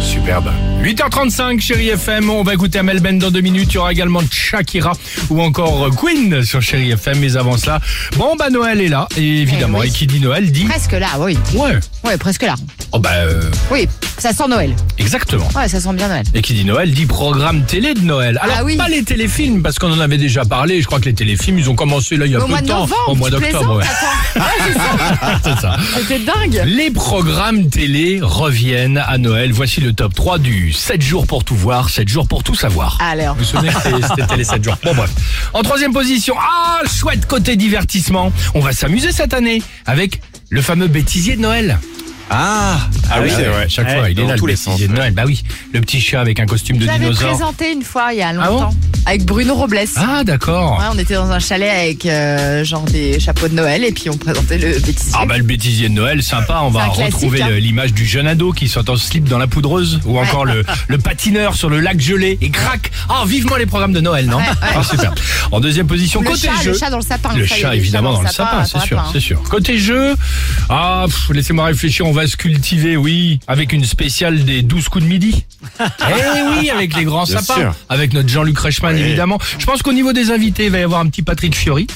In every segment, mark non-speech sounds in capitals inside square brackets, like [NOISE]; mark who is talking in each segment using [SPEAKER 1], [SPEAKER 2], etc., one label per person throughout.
[SPEAKER 1] superbe.
[SPEAKER 2] 8h35, chérie FM, on va écouter Amel Ben dans deux minutes. Il y aura également Shakira ou encore Queen sur chérie FM. Mais avant cela, bon, bah Noël est là, et évidemment.
[SPEAKER 3] Eh oui.
[SPEAKER 2] Et qui dit Noël dit.
[SPEAKER 3] Presque là, oui.
[SPEAKER 2] Ouais.
[SPEAKER 3] Ouais, presque là.
[SPEAKER 2] Oh, bah, euh,
[SPEAKER 3] Oui, ça sent Noël.
[SPEAKER 2] exactement.
[SPEAKER 3] Ouais, ça sent bien Noël.
[SPEAKER 2] Et qui dit Noël dit programme télé de Noël. Alors,
[SPEAKER 3] Ah oui.
[SPEAKER 2] pas les téléfilms, parce qu'on en avait déjà parlé. Je crois que les téléfilms, ils ont commencé là il y a
[SPEAKER 3] Mais au
[SPEAKER 2] peu
[SPEAKER 3] mois
[SPEAKER 2] de
[SPEAKER 3] de
[SPEAKER 2] temps.
[SPEAKER 3] novembre,
[SPEAKER 2] au mois
[SPEAKER 3] tu
[SPEAKER 2] d'octobre, ouais.
[SPEAKER 3] plaisantes, Ah attends.
[SPEAKER 2] [LAUGHS]
[SPEAKER 3] Ah,
[SPEAKER 2] C'est ça.
[SPEAKER 3] C'était dingue.
[SPEAKER 2] Les programmes télé reviennent à Noël. Voici le top 3 du 7 jours pour tout voir, 7 jours pour tout savoir.
[SPEAKER 3] Alors.
[SPEAKER 2] Vous vous souvenez que c'était- c'était télé 7 jours. Bon bref. En troisième position, ah, chouette côté divertissement. On va s'amuser cette année avec le fameux bêtisier de Noël.
[SPEAKER 4] Ah, ah oui, c'est vrai.
[SPEAKER 2] Chaque
[SPEAKER 4] Ouais,
[SPEAKER 2] fois, il est
[SPEAKER 4] dans
[SPEAKER 2] là,
[SPEAKER 4] tous
[SPEAKER 2] le
[SPEAKER 4] les
[SPEAKER 2] bêtisier
[SPEAKER 4] sens.
[SPEAKER 2] de Noël. Bah oui, le petit chat avec un costume de
[SPEAKER 3] Je l'avais
[SPEAKER 2] dinosaure.
[SPEAKER 3] présenté une fois, il y a
[SPEAKER 2] Ah bon
[SPEAKER 3] longtemps. avec Bruno Robles.
[SPEAKER 2] Ah d'accord.
[SPEAKER 3] Ouais, on était dans un chalet avec euh, genre des chapeaux de Noël et puis on présentait le bêtisier.
[SPEAKER 2] Ah bah le bêtisier de Noël, sympa, on va
[SPEAKER 3] un classique,
[SPEAKER 2] retrouver
[SPEAKER 3] hein.
[SPEAKER 2] le- l'image du jeune ado qui sort en slip dans la poudreuse ou encore
[SPEAKER 3] [LAUGHS]
[SPEAKER 2] le, le patineur sur le lac gelé et craque. Ah vivement les programmes de Noël, non
[SPEAKER 3] Ouais, ouais.
[SPEAKER 2] Ah, super. En deuxième position,
[SPEAKER 3] le,
[SPEAKER 2] côté
[SPEAKER 3] chat,
[SPEAKER 2] jeu.
[SPEAKER 3] le chat dans le sapin.
[SPEAKER 2] Le
[SPEAKER 3] Ça y est,
[SPEAKER 2] chat, évidemment, dans le sapin, c'est
[SPEAKER 3] attends,
[SPEAKER 2] sûr,
[SPEAKER 3] attends, hein.
[SPEAKER 2] c'est sûr. Côté jeu, ah, pff, laissez-moi réfléchir, on va se cultiver, oui, avec une spéciale des 12 coups de
[SPEAKER 3] [LAUGHS]
[SPEAKER 2] midi. Eh oui, avec les grands
[SPEAKER 4] Bien
[SPEAKER 2] sapins,
[SPEAKER 4] sûr.
[SPEAKER 2] avec notre Jean-Luc Reichmann,
[SPEAKER 4] Oui.
[SPEAKER 2] évidemment. Je pense qu'au niveau des invités, il va y avoir un petit Patrick Fiori,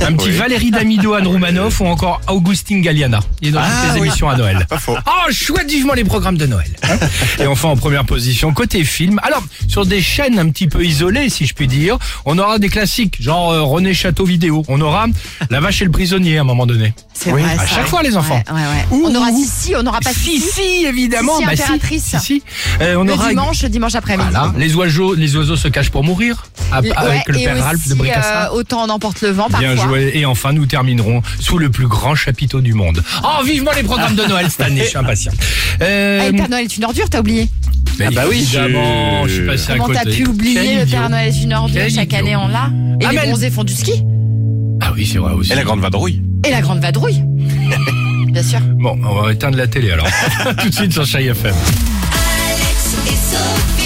[SPEAKER 2] un petit
[SPEAKER 4] Oui.
[SPEAKER 2] Valérie Damido, Anne Roumanoff ou encore Augustine Galliana. Il est dans
[SPEAKER 4] Ah
[SPEAKER 2] toutes les
[SPEAKER 4] oui.
[SPEAKER 2] émissions à Noël.
[SPEAKER 4] Pas faux.
[SPEAKER 2] Oh, chouette vivement les programmes de Noël. hein. Et enfin, en première position, côté film. Alors, sur des chaînes un petit peu isolées, si je puis dire, on aura des classiques, genre euh, René Château Vidéo. On aura La vache et le prisonnier à un moment donné.
[SPEAKER 3] C'est
[SPEAKER 4] Oui.
[SPEAKER 3] vrai,
[SPEAKER 2] À
[SPEAKER 3] ça.
[SPEAKER 2] chaque fois, les enfants.
[SPEAKER 3] Ouais, ouais, ouais.
[SPEAKER 2] Ouh,
[SPEAKER 3] on aura
[SPEAKER 2] ouh, ouh.
[SPEAKER 3] Sissi, on n'aura pas
[SPEAKER 2] si,
[SPEAKER 3] Sissi.
[SPEAKER 2] si, évidemment.
[SPEAKER 3] Si, si, impératrice.
[SPEAKER 2] si, si. Euh, on
[SPEAKER 3] Le
[SPEAKER 2] aura.
[SPEAKER 3] dimanche, le dimanche après-midi.
[SPEAKER 2] Voilà. Les oiseaux, les oiseaux se cachent pour mourir. à-
[SPEAKER 3] Ouais,
[SPEAKER 2] avec le
[SPEAKER 3] et
[SPEAKER 2] père Ralph de
[SPEAKER 3] aussi,
[SPEAKER 2] Bricassa.
[SPEAKER 3] euh, autant on emporte le vent parfois.
[SPEAKER 2] Bien joué. Et enfin, nous terminerons sous le plus grand chapiteau du monde. Oh, vivement les programmes de Noël cette année. Je suis
[SPEAKER 3] [LAUGHS]
[SPEAKER 2] impatient. Euh,
[SPEAKER 3] Ah, le Père Noël est une ordure, t'as oublié
[SPEAKER 2] Ben,
[SPEAKER 4] Ah bah oui,
[SPEAKER 2] évidemment, je...
[SPEAKER 4] je-
[SPEAKER 2] suis passé à
[SPEAKER 3] Comment
[SPEAKER 2] côté.
[SPEAKER 3] t'as pu oublier
[SPEAKER 2] Quel
[SPEAKER 3] le Père
[SPEAKER 2] idiot.
[SPEAKER 3] Noël est une ordure
[SPEAKER 2] Quel
[SPEAKER 3] Chaque
[SPEAKER 2] idiot.
[SPEAKER 3] année on l'a. Et
[SPEAKER 2] Amel.
[SPEAKER 3] les bronzés font du ski.
[SPEAKER 2] Ah oui, c'est vrai aussi.
[SPEAKER 4] Et la grande vadrouille.
[SPEAKER 3] Et la grande
[SPEAKER 2] [LAUGHS]
[SPEAKER 3] vadrouille. Bien sûr.
[SPEAKER 2] Bon, on va éteindre la télé alors. Tout de suite sur Chai FM.
[SPEAKER 5] Alex et Sophie.